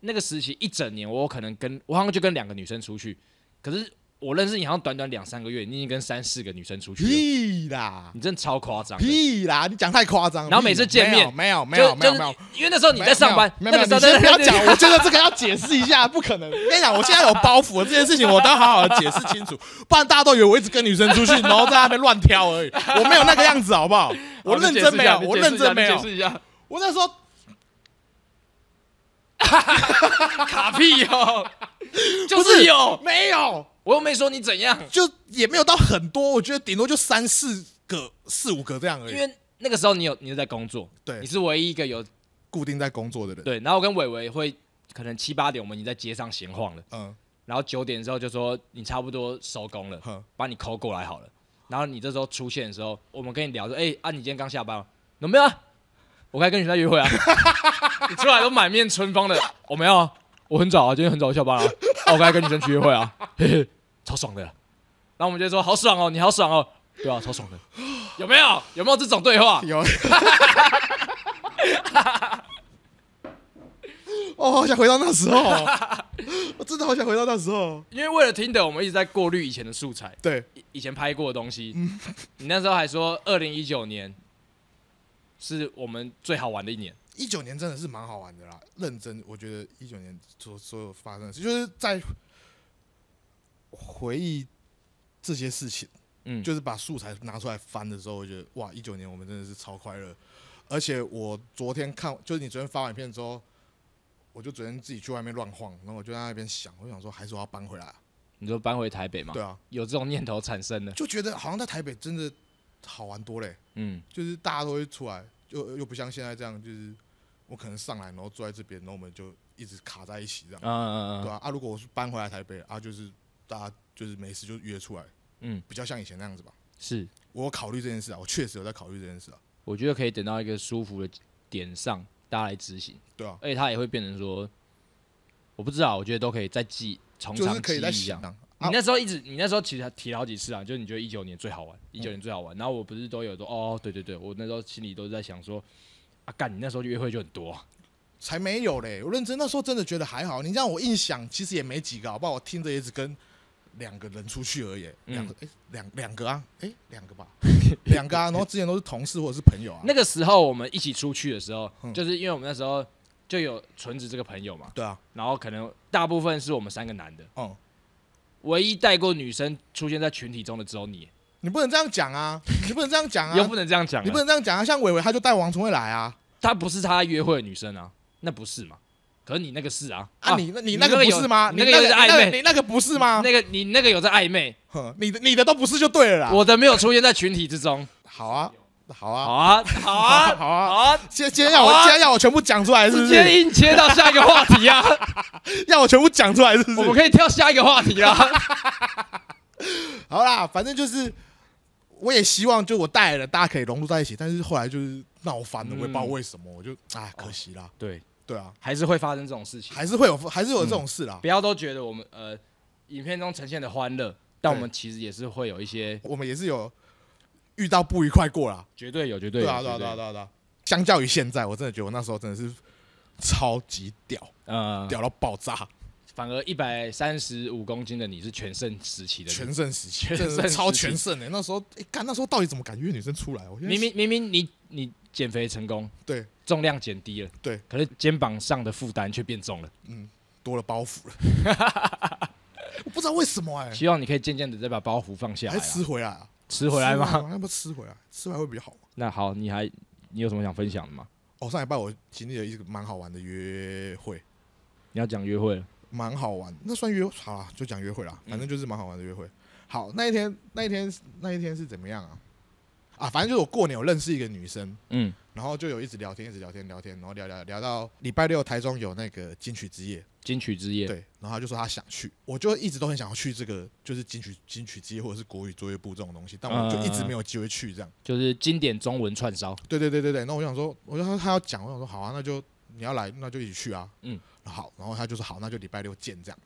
Speaker 2: 那个时期一整年，我可能跟我好像就跟两个女生出去，可是我认识你好像短短两三个月，你已经跟三四个女生出去了，
Speaker 1: 屁啦，
Speaker 2: 你真的超夸张的。
Speaker 1: 屁啦，你讲太夸张了。
Speaker 2: 然后每次见面
Speaker 1: 没有没
Speaker 2: 就
Speaker 1: 有没有没有，
Speaker 2: 就是因为那时候你在上班，
Speaker 1: 没有
Speaker 2: 那
Speaker 1: 没
Speaker 2: 个
Speaker 1: 有，
Speaker 2: 时候
Speaker 1: 你先
Speaker 2: 在
Speaker 1: 不要讲，我觉得这个要解释一下，不可能。我跟你讲，我现在有包袱，这件事情我都要好好地解释清楚，不然大家都以为我一直跟女生出去，然后在那边乱挑而已。我没有那个样子，好不好？我认真没有，我认真没有。
Speaker 2: 释 一下，
Speaker 1: 我那时候
Speaker 2: 卡屁哦， 就
Speaker 1: 不
Speaker 2: 是有，
Speaker 1: 没有，
Speaker 2: 我又没说你怎样，
Speaker 1: 就也没有到很多，我觉得顶多就三四个、四五个这样而
Speaker 2: 因
Speaker 1: 已。
Speaker 2: 为那个时候你有你是在工作，
Speaker 1: 对
Speaker 2: 你是唯一一个有
Speaker 1: 固定在工作的人，
Speaker 2: 对，然后我跟伟伟会可能七八点我们已经在街上闲晃了，
Speaker 1: 嗯，
Speaker 2: 然后九点之后就说你差不多收工了，
Speaker 1: 哼，
Speaker 2: 把你扣过来好了，然后你这时候出现的时候，我们跟你聊说，哎、啊你今天刚下班哦，有没有啊？我刚才跟你在约会啊，你出来都满面春风的，我、没有啊，我很早啊，今天很早就下班啊，啊我刚才跟女生去约会啊， 嘿嘿，超爽的。然后我们就说好爽哦，你好爽哦，对啊，超爽的，有没有？有没有这种对话？
Speaker 1: 有。 哦，好想回到那时 候哦，我真的好想回到那时候。
Speaker 2: 因为为了听的，我们一直在过滤以前的素材，
Speaker 1: 对，
Speaker 2: 以以前拍过的东西。你那时候还说二零一九年，是我们最好玩的一年。
Speaker 1: 一九年真的是蛮好玩的啦，认真，我觉得一九年所所有发生的事，就是在回忆这些事情，
Speaker 2: 嗯，
Speaker 1: 就是把素材拿出来翻的时候，我觉得哇，一九年我们真的是超快乐。而且我昨天看，就是你昨天发完影片之后，我就昨天自己去外面乱晃，然后我就在那边想，我想说还是我要搬回来啊、
Speaker 2: 你就搬回台北嘛，
Speaker 1: 对啊，
Speaker 2: 有这种念头产生了。
Speaker 1: 就觉得好像在台北真的好玩多嘞、
Speaker 2: 嗯，
Speaker 1: 就是大家都会出来，又又不像现在这样，就是我可能上来，然后坐在这边，然后我们就一直卡在一起这样，
Speaker 2: 啊啊
Speaker 1: 对
Speaker 2: 啊，
Speaker 1: 啊，啊，如果我是搬回来台北啊，就是大家就是没事就约出来，
Speaker 2: 嗯，
Speaker 1: 比较像以前那样子吧。
Speaker 2: 是，
Speaker 1: 我有考虑这件事啊，我确实有在考虑这件事啊，
Speaker 2: 我觉得可以等到一个舒服的点上，大家来执行，
Speaker 1: 对啊，
Speaker 2: 而且它也会变成说，我不知道，我觉得都可以再记，从
Speaker 1: 就
Speaker 2: 长
Speaker 1: 是可
Speaker 2: 计
Speaker 1: 以在
Speaker 2: 议一
Speaker 1: 想
Speaker 2: 样。
Speaker 1: 啊，
Speaker 2: 你
Speaker 1: 啊
Speaker 2: 那时候一直，你那时候其实提了好几次啊，就是你觉得一九年最好玩，
Speaker 1: 嗯
Speaker 2: 一九年最好玩。然后我不是都有说，哦，对对对，我那时候心里都是在想说，啊，干，你那时候约会就很多啊、
Speaker 1: 才没有嘞。我认真那时候真的觉得还好，你让我印象其实也没几个，好不好？我听着也只跟两个人出去而已，
Speaker 2: 嗯
Speaker 1: 两个哎两两个啊，哎两个 吧，两个啊，然后之前都是同事或者是朋友啊，
Speaker 2: 那个时候我们一起出去的时候，
Speaker 1: 嗯
Speaker 2: 就是因为我们那时候就有纯子这个朋友嘛，
Speaker 1: 对啊，
Speaker 2: 然后可能大部分是我们三个男的，
Speaker 1: 嗯，
Speaker 2: 唯一带过女生出现在群体中的只有你，
Speaker 1: 你不能这样讲啊，你不能这样讲啊
Speaker 2: 又，不能这样讲啊，
Speaker 1: 你不能这样讲啊，像伟伟他就带王崇慧来啊。
Speaker 2: 她不是她约会的女生啊，那不是嘛？可是你那个是啊，
Speaker 1: 啊，你那你那
Speaker 2: 个
Speaker 1: 个不
Speaker 2: 有
Speaker 1: 是吗？
Speaker 2: 你那
Speaker 1: 你
Speaker 2: 个有点暧
Speaker 1: 那个
Speaker 2: 昧
Speaker 1: 你那个不是吗？
Speaker 2: 那个你那个有在暧昧，
Speaker 1: 哼你的你的都不是就对了啦。
Speaker 2: 我的没有出现在群体之中。
Speaker 1: 好啊，好啊，
Speaker 2: 好啊，好啊，
Speaker 1: 好
Speaker 2: 好
Speaker 1: 啊。
Speaker 2: 啊，
Speaker 1: 今今天要我
Speaker 2: 好啊
Speaker 1: 今天要我全部讲出来，是不
Speaker 2: 直接
Speaker 1: 是？
Speaker 2: 硬切到下一个话题 啊，
Speaker 1: 要我全部讲出来，是不
Speaker 2: 我们
Speaker 1: 是？
Speaker 2: 可以跳下一个话题 啊。
Speaker 1: 好啦，反正就是，我也希望就我带来了，大家可以融入在一起。但是后来就是闹翻了，我也不知道为什么，我就啊，可惜啦。
Speaker 2: 对，
Speaker 1: 对啊，
Speaker 2: 还是会发生这种事情。
Speaker 1: 还是会有还是有这种事啦
Speaker 2: 不。要都觉得我们呃，影片中呈现的欢乐，但我们其实也是会有一些
Speaker 1: 我们也是有遇到不愉快过啦。
Speaker 2: 绝对有，绝对有，
Speaker 1: 对啊，对啊，
Speaker 2: 绝
Speaker 1: 对啊，
Speaker 2: 有
Speaker 1: 对啊，对啊。相较于现在，我真的觉得我那时候真的是超级屌，
Speaker 2: 呃，
Speaker 1: 屌到爆炸。
Speaker 2: 反而一百三十五公斤的你是全盛时期的你，
Speaker 1: 全盛时期，
Speaker 2: 全
Speaker 1: 真的
Speaker 2: 盛
Speaker 1: 是超
Speaker 2: 时期
Speaker 1: 全盛哎、那时候，哎、干那时候到底怎么敢约女生出来？啊我现在
Speaker 2: 明明明明你你减肥成功，
Speaker 1: 对，
Speaker 2: 重量减低了，
Speaker 1: 对，
Speaker 2: 可是肩膀上的负担却变重了。
Speaker 1: 多了包袱了， 我不知道为什么哎、
Speaker 2: 希望你可以渐渐的再把包袱放下来
Speaker 1: 还
Speaker 2: 啊，
Speaker 1: 吃回来啊？
Speaker 2: 吃回来吗？
Speaker 1: 要不要吃回来？吃回来会比较好吗。
Speaker 2: 那好，你还你有什么想分享的吗？
Speaker 1: 哦，上礼拜我经历了一个蛮好玩的约会，
Speaker 2: 你要讲约会了，
Speaker 1: 蛮好玩，那算约好啦，就讲约会啦，反
Speaker 2: 嗯
Speaker 1: 正就是蛮好玩的约会。好，那一天那一天那一天是怎么样啊？啊，反正就是我过年我认识一个女生，
Speaker 2: 嗯
Speaker 1: 然后就有一直聊天，一直聊天聊天，然后聊聊聊到礼拜六台中有那个金曲之夜，
Speaker 2: 金曲之夜，
Speaker 1: 对，然后他就说他想去，我就一直都很想要去这个，就是金曲金曲街或者是国语作业部这种东西，但我就一
Speaker 2: 嗯
Speaker 1: 直没有机会去这样。
Speaker 2: 就是经典中文串烧，
Speaker 1: 对对对对对，那我想说，我就他他要讲，我想说好啊，那就你要来，那就一起去啊。
Speaker 2: 嗯，
Speaker 1: 好，然后他就说好，那就礼拜六见这样。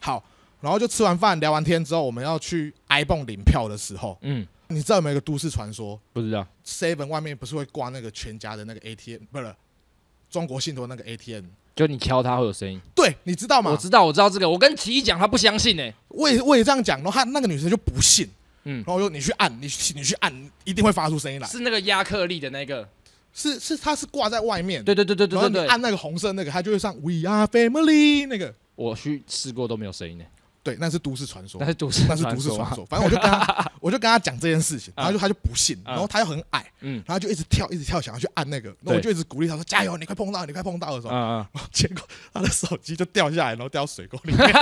Speaker 1: 好，然后就吃完饭聊完天之后，我们要去 iPhone 领票的时候，
Speaker 2: 嗯，
Speaker 1: 你知道有没有一个都市传说
Speaker 2: 不知道，
Speaker 1: ，Seven 外面不是会挂那个全家的那个 ATM，不是中国信托那个 ATM？
Speaker 2: 就你敲它会有声音。
Speaker 1: 对，你知道吗？
Speaker 2: 我知道，我知道这个。我跟奇一讲，他不相信呢、欸
Speaker 1: 我也我也这样讲，然后他那个女生就不信，
Speaker 2: 嗯
Speaker 1: 嗯，然后我就你去按，你去你去按，一定会发出声音来。
Speaker 2: 是那个亚克力的那个。
Speaker 1: 是是，它是挂在外面，
Speaker 2: 对对对对
Speaker 1: 然
Speaker 2: 对
Speaker 1: 后
Speaker 2: 对
Speaker 1: 你
Speaker 2: 对。
Speaker 1: 按那个红色那个，它就会上 We Are Family 那个，
Speaker 2: 我去试过都没有声音呢、
Speaker 1: 对，那是都市传说
Speaker 2: 那，是都市
Speaker 1: 哦那是都市传。说。反正我就跟 他，我就跟他讲这件事情，然后就他就不信，
Speaker 2: 啊
Speaker 1: 然后他又很矮，
Speaker 2: 嗯
Speaker 1: 然后就一直跳一直跳，想要去按那个，那
Speaker 2: 对
Speaker 1: 我就一直鼓励他说加油，你快碰到，你快碰到的时
Speaker 2: 啊
Speaker 1: 候，
Speaker 2: 啊！
Speaker 1: 然后结果他的手机就掉下来，然后掉到水沟里面。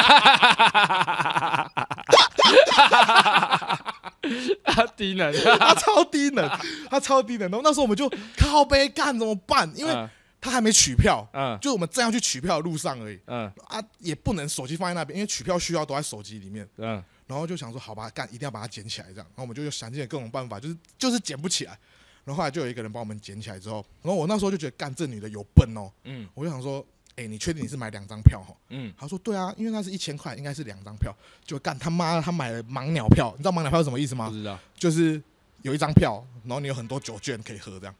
Speaker 2: 他啊低能，
Speaker 1: 他超低能，他超低能。然后那时候我们就靠背干怎么办？因为
Speaker 2: 嗯
Speaker 1: 他还没取票，
Speaker 2: 嗯
Speaker 1: 就我们正要去取票的路上而已
Speaker 2: 嗯
Speaker 1: 啊，也不能手机放在那边，因为取票需要都在手机里面。
Speaker 2: 嗯，
Speaker 1: 然后就想说，好吧，干一定要把它捡起来，这样。然后我们就想尽了各种办法，就是就是捡不起来。然后后来就有一个人帮我们捡起来之后，然后我那时候就觉得，干这女的有笨哦，
Speaker 2: 嗯
Speaker 1: 我就想说，哎、你确定你是买两张票哦？
Speaker 2: 嗯，
Speaker 1: 他说对啊，因为那是一千块，应该是两张票。就干他妈的，他买了盲鸟票，你知道盲鸟票是什么意思吗
Speaker 2: 不？知道。
Speaker 1: 就是有一张票，然后你有很多酒券可以喝， 这样。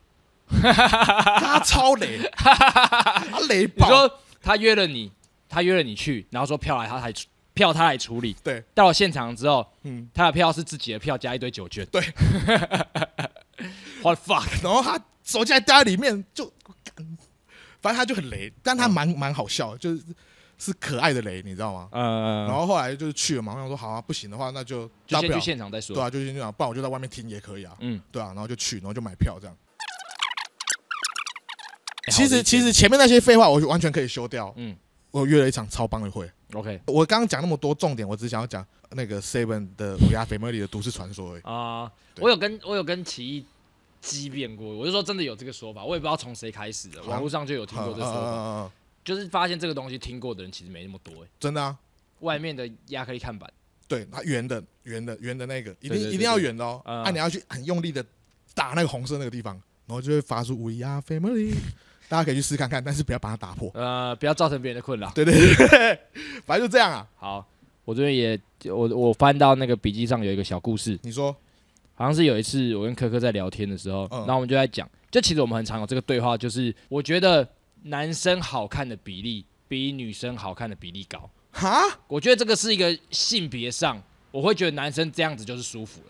Speaker 1: 他超雷，他 雷
Speaker 2: 你
Speaker 1: 爆。
Speaker 2: 说他约了你，他约了你去，然后说票来他才票他来处理。
Speaker 1: 对，
Speaker 2: 到了现场之后，
Speaker 1: 嗯，
Speaker 2: 他的票是自己的票加一堆酒券。
Speaker 1: 对
Speaker 2: ，what the fuck，
Speaker 1: 然后他手机还掉在里面，就干反正他就很雷，但他蛮蛮好笑的，就是是可爱的雷，你知道吗？
Speaker 2: 嗯，
Speaker 1: 然后后来就是去了嘛，我想说好啊，不行的话那就
Speaker 2: 就
Speaker 1: 大不
Speaker 2: 先
Speaker 1: 了
Speaker 2: 去，现场再
Speaker 1: 对
Speaker 2: 说，
Speaker 1: 啊，就先这样，不然我就在外面听也可以啊，
Speaker 2: 嗯，
Speaker 1: 对啊，然后就去，然后就买票这样。
Speaker 2: 哎
Speaker 1: 其实其实前面那些废话我完全可以修掉，
Speaker 2: 嗯
Speaker 1: 嗯，我约了一场超棒的会。
Speaker 2: 好理解 OK
Speaker 1: 我刚刚讲那么多重点，我只想要讲那个 Seven 的《乌鸦 Family》的都市传说而已。
Speaker 2: 啊，
Speaker 1: 对
Speaker 2: 我有跟我有跟奇艺激辩过，我就说真的有这个说法，我也不知道从谁开始的，
Speaker 1: 好
Speaker 2: 网络上就有听过这个说
Speaker 1: 嗯嗯
Speaker 2: 法，
Speaker 1: 嗯嗯嗯
Speaker 2: 就是发现这个东西听过的人其实没那么多、哎，
Speaker 1: 真的啊，
Speaker 2: 外面的亚克力看板，
Speaker 1: 对，它圆的圆的圆的那个，一定
Speaker 2: 对对对
Speaker 1: 一定要圆的哦。
Speaker 2: 嗯
Speaker 1: 啊，你要去很用力的打那个红色那个地方，然后就会发出 We Are Family，大家可以去试看看，但是不要把它打破。
Speaker 2: 呃，不要造成别人的困扰。
Speaker 1: 对对对对，反正就这样啊。
Speaker 2: 好，我这边也我我翻到那个笔记上有一个小故事，
Speaker 1: 你说，
Speaker 2: 好像是有一次我跟科科在聊天的时候，
Speaker 1: 嗯
Speaker 2: 然后我们就在讲，就其实我们很常有这个对话，就是我觉得男生好看的比例比女生好看的比例高，
Speaker 1: 哈，
Speaker 2: 我觉得这个是一个性别上，我会觉得男生这样子就是舒服了。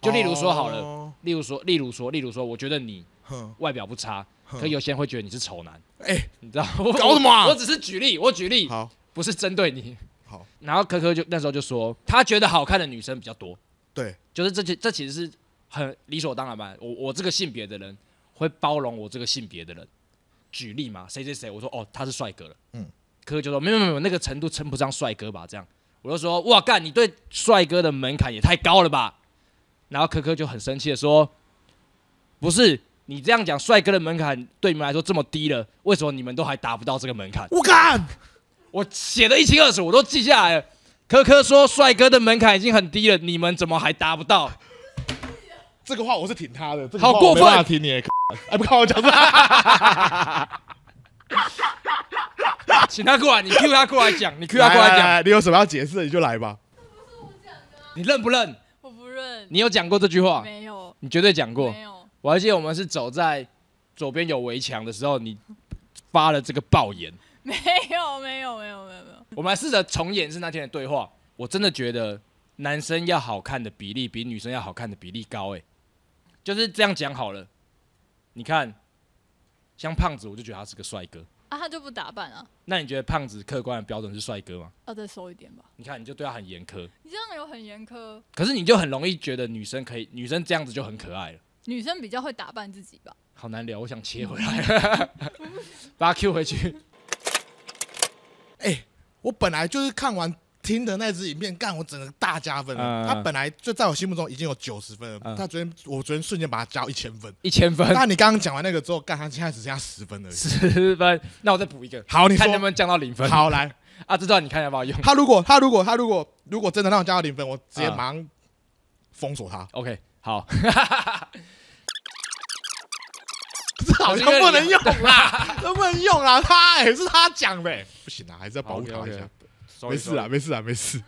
Speaker 2: 就例如说好了，
Speaker 1: 哦，
Speaker 2: 例如说，例如说，例如说，我觉得你
Speaker 1: 哼，
Speaker 2: 外表不差，
Speaker 1: 哼
Speaker 2: 可有些人会觉得你是丑男，
Speaker 1: 哎，
Speaker 2: 你知道我
Speaker 1: 搞什么啊
Speaker 2: 我我只是举例，我举例，
Speaker 1: 好
Speaker 2: 不是针对你。
Speaker 1: 好，
Speaker 2: 然后科科就那时候就说，他觉得好看的女生比较多，
Speaker 1: 对，
Speaker 2: 就是这这这其实是很理所当然吧。我我这个性别的人会包容我这个性别的人。举例嘛，谁谁谁，我说哦他是帅哥了，嗯
Speaker 1: 嗯，
Speaker 2: 科科就说没有没有没有那个程度称不上帅哥吧，这样我就说哇干，你对帅哥的门槛也太高了吧。然后科科就很生气的说，不是你这样讲，帅哥的门槛对你们来说这么低了，为什么你们都还达不到这个门槛？
Speaker 1: 我干，
Speaker 2: 我写的一清二楚，我都记下来了。科科说帅哥的门槛已经很低了，你们怎么还达不到？
Speaker 1: 这个话我是挺他的，这个
Speaker 2: 好
Speaker 1: 话
Speaker 2: 过
Speaker 1: 我没办法
Speaker 2: 分
Speaker 1: 挺你的 哎，不看我讲什么？
Speaker 2: 请他过来，你 Q 他过来讲，你 Q 他过来讲，
Speaker 1: 来，你有什么要解释的你就来吧。
Speaker 2: 你认不认？
Speaker 3: 我不认，
Speaker 2: 你有啊讲过这句话？
Speaker 3: 没有，
Speaker 2: 你绝对讲过
Speaker 3: 没。有，
Speaker 2: 我还记得我们是走在左边有围墙的时候，你发了这个爆言。
Speaker 3: 没有，没有，没有，没有，没有，
Speaker 2: 我们来试着重演是那天的对话。我真的觉得男生要好看的比例比女生要好看的比例高、欸，就是这样讲好了。你看，像胖子，我就觉得他是个帅哥。
Speaker 3: 啊，他就不打扮啊，
Speaker 2: 那你觉得胖子客观的标准是帅哥吗？
Speaker 3: 要再瘦一点吧。
Speaker 2: 你看，你就对他很严苛，
Speaker 3: 你这样有很严苛，
Speaker 2: 可是你就很容易觉得女生可以，女生这样子就很可爱了。
Speaker 3: 女生比较会打扮自己吧？
Speaker 2: 好难聊，我想切回来，把他 Q 回去。
Speaker 1: 哎、我本来就是看完听的那支影片，干我整个大加分
Speaker 2: 嗯
Speaker 1: 了。他本来就在我心目中已经有九十分了，
Speaker 2: 嗯
Speaker 1: 他昨天我昨天瞬间把他加到一千分。
Speaker 2: 一千分，
Speaker 1: 那你刚刚讲完那个之后，干他现在只剩下十分而已。
Speaker 2: 十分，那我再补一个，
Speaker 1: 好，你
Speaker 2: 看能不
Speaker 1: 说
Speaker 2: 能降到零分。
Speaker 1: 好来，
Speaker 2: 啊，这段你看要不要用
Speaker 1: 他如果他如果他如果如果真的让我加到零分，我直接
Speaker 2: 嗯
Speaker 1: 马上封锁他。
Speaker 2: ？OK，好，
Speaker 1: 这好像不能用 啦，这不能用啦。他哎、是他讲的、哎不行啊，还是要保护他一下
Speaker 2: OK，OK。
Speaker 1: 没事啊，没事啊，没事。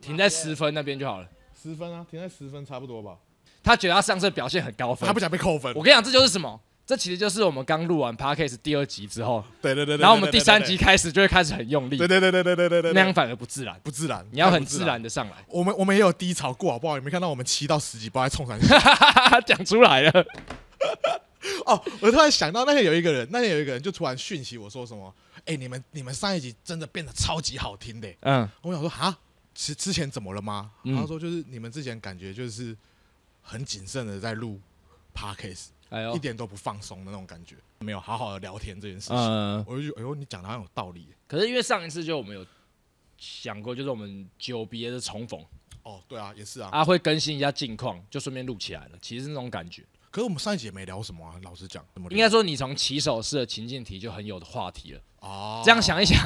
Speaker 2: 停在十分那边就好了。
Speaker 1: 十分啊，停在十分差不多吧。
Speaker 2: 他觉得他上次表现很高分
Speaker 1: 他不，想被扣分
Speaker 2: 我。跟你讲，这就是什么？这其实就是我们刚录完 podcast 第二集之后，
Speaker 1: 对对对对。
Speaker 2: 然后我们
Speaker 1: 对
Speaker 2: 第三集，开始就会开始很用力，
Speaker 1: 对对对对对对对对对，
Speaker 2: 那样反而不自然。
Speaker 1: 不自然，
Speaker 2: 你要
Speaker 1: 太
Speaker 2: 很
Speaker 1: 不
Speaker 2: 自。然的上来。
Speaker 1: 我们我们也有低潮过，好不好？你没看到我们七到十几包在冲上去
Speaker 2: 讲出来 了。
Speaker 1: 哦？我突然想到那天有一个人，那天有一个人就突然讯息我说什么：“哎、你们你们上一集真的变得超级好听的、
Speaker 2: 嗯，
Speaker 1: 我想说啊，之之前怎么了吗？
Speaker 2: 嗯
Speaker 1: 他说就是你们之前感觉就是很谨慎的在录 podcast，、
Speaker 2: 哎呦
Speaker 1: 一，点都不放松的那种感觉，没有好好的聊天这件事情。
Speaker 2: 嗯，
Speaker 1: 我就觉得哎呦，你讲的很有道理、
Speaker 2: 可是因为上一次就我们有想过，就是我们久别的重逢
Speaker 1: 哦，对啊，也是啊。
Speaker 2: 啊，会更新一下近况，就顺便录起来了。其实是那种感觉，
Speaker 1: 可是我们上一集也没聊什么啊，老实讲，怎么聊
Speaker 2: 应该说你从起手式的情境题就很有话题了。
Speaker 1: 哦，
Speaker 2: 这样想一想，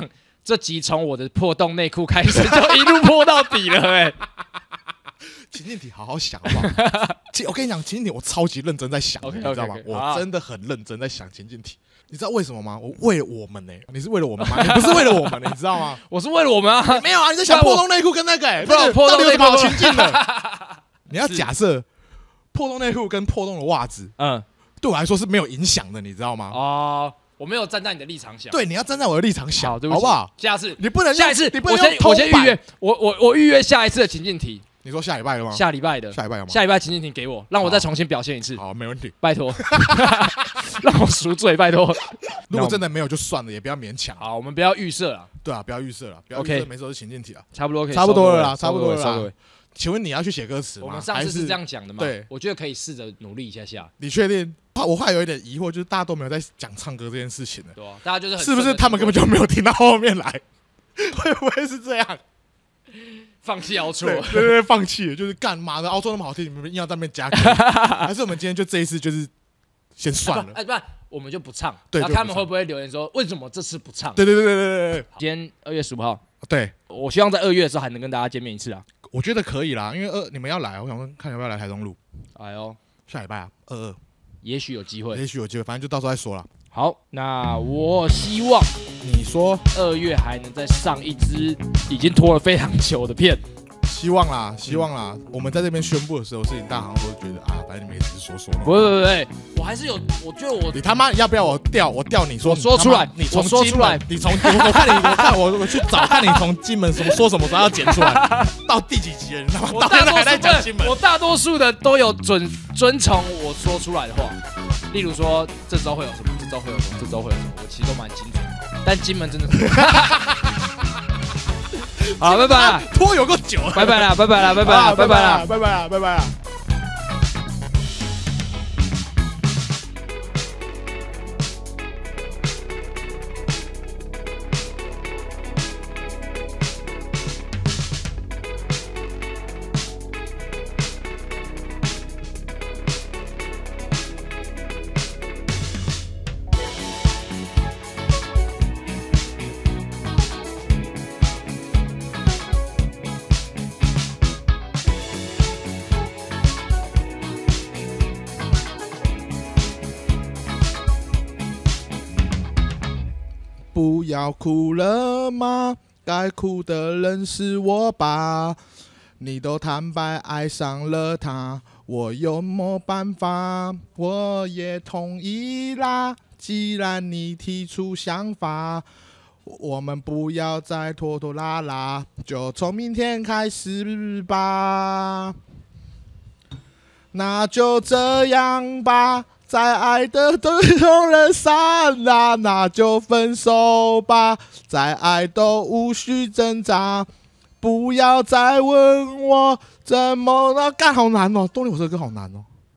Speaker 2: 这集从我的破洞内裤开始，就一路破到底了、哎，
Speaker 1: 情境题好好想好不好？其我跟你讲，情境题我超级认真在想的
Speaker 2: OK，OK，
Speaker 1: 你知道吗
Speaker 2: OK，好
Speaker 1: 我真的很认真在想情境题。你知道为什么吗？我为了我们呢、你是为了我们吗？你不是为了我们、你知道吗？
Speaker 2: 我是为了我们啊，
Speaker 1: 没有啊，你在想破洞内裤跟那个、欸，
Speaker 2: 不然
Speaker 1: 那个
Speaker 2: 我破洞
Speaker 1: 到底有
Speaker 2: 内
Speaker 1: 什
Speaker 2: 裤
Speaker 1: 么好情境的？ 你要假设破洞内裤跟破洞的袜子
Speaker 2: 嗯，
Speaker 1: 对我来说是没有影响的，你知道吗？
Speaker 2: 哦，我没有站在你的立场想。，
Speaker 1: 对，你要站在我的立场想，
Speaker 2: 好，对不
Speaker 1: 好
Speaker 2: 起，
Speaker 1: 不好？
Speaker 2: 下次
Speaker 1: 你不能用
Speaker 2: 下一次
Speaker 1: 你不
Speaker 2: 我
Speaker 1: 能
Speaker 2: 先
Speaker 1: 用
Speaker 2: 我先
Speaker 1: 偷
Speaker 2: 预
Speaker 1: 板
Speaker 2: 约，我我我预约下一次的情境题，
Speaker 1: 你说下礼拜了吗？
Speaker 2: 下礼拜的，
Speaker 1: 啊下礼拜有吗？啊
Speaker 2: 下礼拜情景题给我，让我再重新表现一次，
Speaker 1: 好，没问题。
Speaker 2: 拜托，让我赎罪，拜托。
Speaker 1: 如果真的没有就算了，也不要勉强。
Speaker 2: 好，我们不要预设了，
Speaker 1: 对啊，不要预设了，不要预
Speaker 2: OK
Speaker 1: 设，每次都是情境题啊。
Speaker 2: 差不多可以
Speaker 1: 差不多了啦
Speaker 2: 收尾
Speaker 1: 差不多了啦
Speaker 2: 收尾收尾
Speaker 1: 请问你要去写歌词吗？
Speaker 2: 我们上
Speaker 1: 还
Speaker 2: 次
Speaker 1: 是
Speaker 2: 是这，样讲的嘛？
Speaker 1: 对
Speaker 2: 我觉得可以试着努力一下下，
Speaker 1: 你确定？怕我还有一点疑惑，就是大家都没有在讲唱歌这件事情呢，
Speaker 2: 对啊，大家就是很
Speaker 1: 是不是他们根本就没有听到后面来？ 会不会是这样？
Speaker 2: 放弃要错？
Speaker 1: 对对对，放弃了，就是干嘛的？澳洲那么好听，你们硬要在那边 加歌，还是我们今天就这一次就是先算了？
Speaker 2: 哎，不然我们就不唱。
Speaker 1: 对
Speaker 2: 然
Speaker 1: 就不
Speaker 2: 后他
Speaker 1: 唱
Speaker 2: 们会不会留言说为什么这次不唱？
Speaker 1: 对对对对对对对
Speaker 2: 今天二月十五号，
Speaker 1: 对，
Speaker 2: 我希望在二月的时候还能跟大家见面一次啊！
Speaker 1: 我觉得可以啦，因为二你们要来，我想问看要不要来台中录，
Speaker 2: 哎呦，
Speaker 1: 下礼拜啊，二
Speaker 2: 也许有机
Speaker 1: 二，
Speaker 2: 会。
Speaker 1: 也许有机会，反正就到时候再说啦。
Speaker 2: 好，那我希望
Speaker 1: 你说
Speaker 2: 二月还能再上一支已经拖了非常久的片。
Speaker 1: 希望
Speaker 2: 嗯
Speaker 1: 啦，希望啦，我们在这边宣布的时候，事情大家好像都觉得啊，反正你们也只是说说
Speaker 2: 不
Speaker 1: 嘛。
Speaker 2: 不不不，我还是有，我觉得我
Speaker 1: 你他妈要不要我调？我调你说
Speaker 2: 我
Speaker 1: 你
Speaker 2: 说
Speaker 1: 他
Speaker 2: 出
Speaker 1: 妈
Speaker 2: 来
Speaker 1: 你
Speaker 2: 我
Speaker 1: 从
Speaker 2: 说
Speaker 1: 金
Speaker 2: 出
Speaker 1: 门
Speaker 2: 来
Speaker 1: 你从我我看你，我看我我去找看你从金门什么说什么时候要剪出 来，到第几集了？你他妈
Speaker 2: 我
Speaker 1: 到现在还在
Speaker 2: 大多
Speaker 1: 讲
Speaker 2: 数
Speaker 1: 金
Speaker 2: 的
Speaker 1: 门
Speaker 2: 我？大多数的都有准遵从我说出来的话，例如说这周会有什么，这周会有什么，这周会有什么，我其实都蛮清楚的。但金门真的， 好，拜拜啦，
Speaker 1: 拖有够久了，
Speaker 2: 拜拜啦，拜拜啦，拜拜啦，
Speaker 1: 啊
Speaker 2: 拜拜啦。，
Speaker 1: 拜拜啦，拜拜啦。不要哭了吗？该哭的人是我吧？你都坦白爱上了他，我有么办法？我也同意啦。既然你提出想法，我们不要再拖拖拉拉，就从明天开始吧。那就这样吧，在爱的灯红了散啦，那就分手吧，再爱都无需挣扎。不要再问我怎么了，干好难哦，动力火车歌好难哦。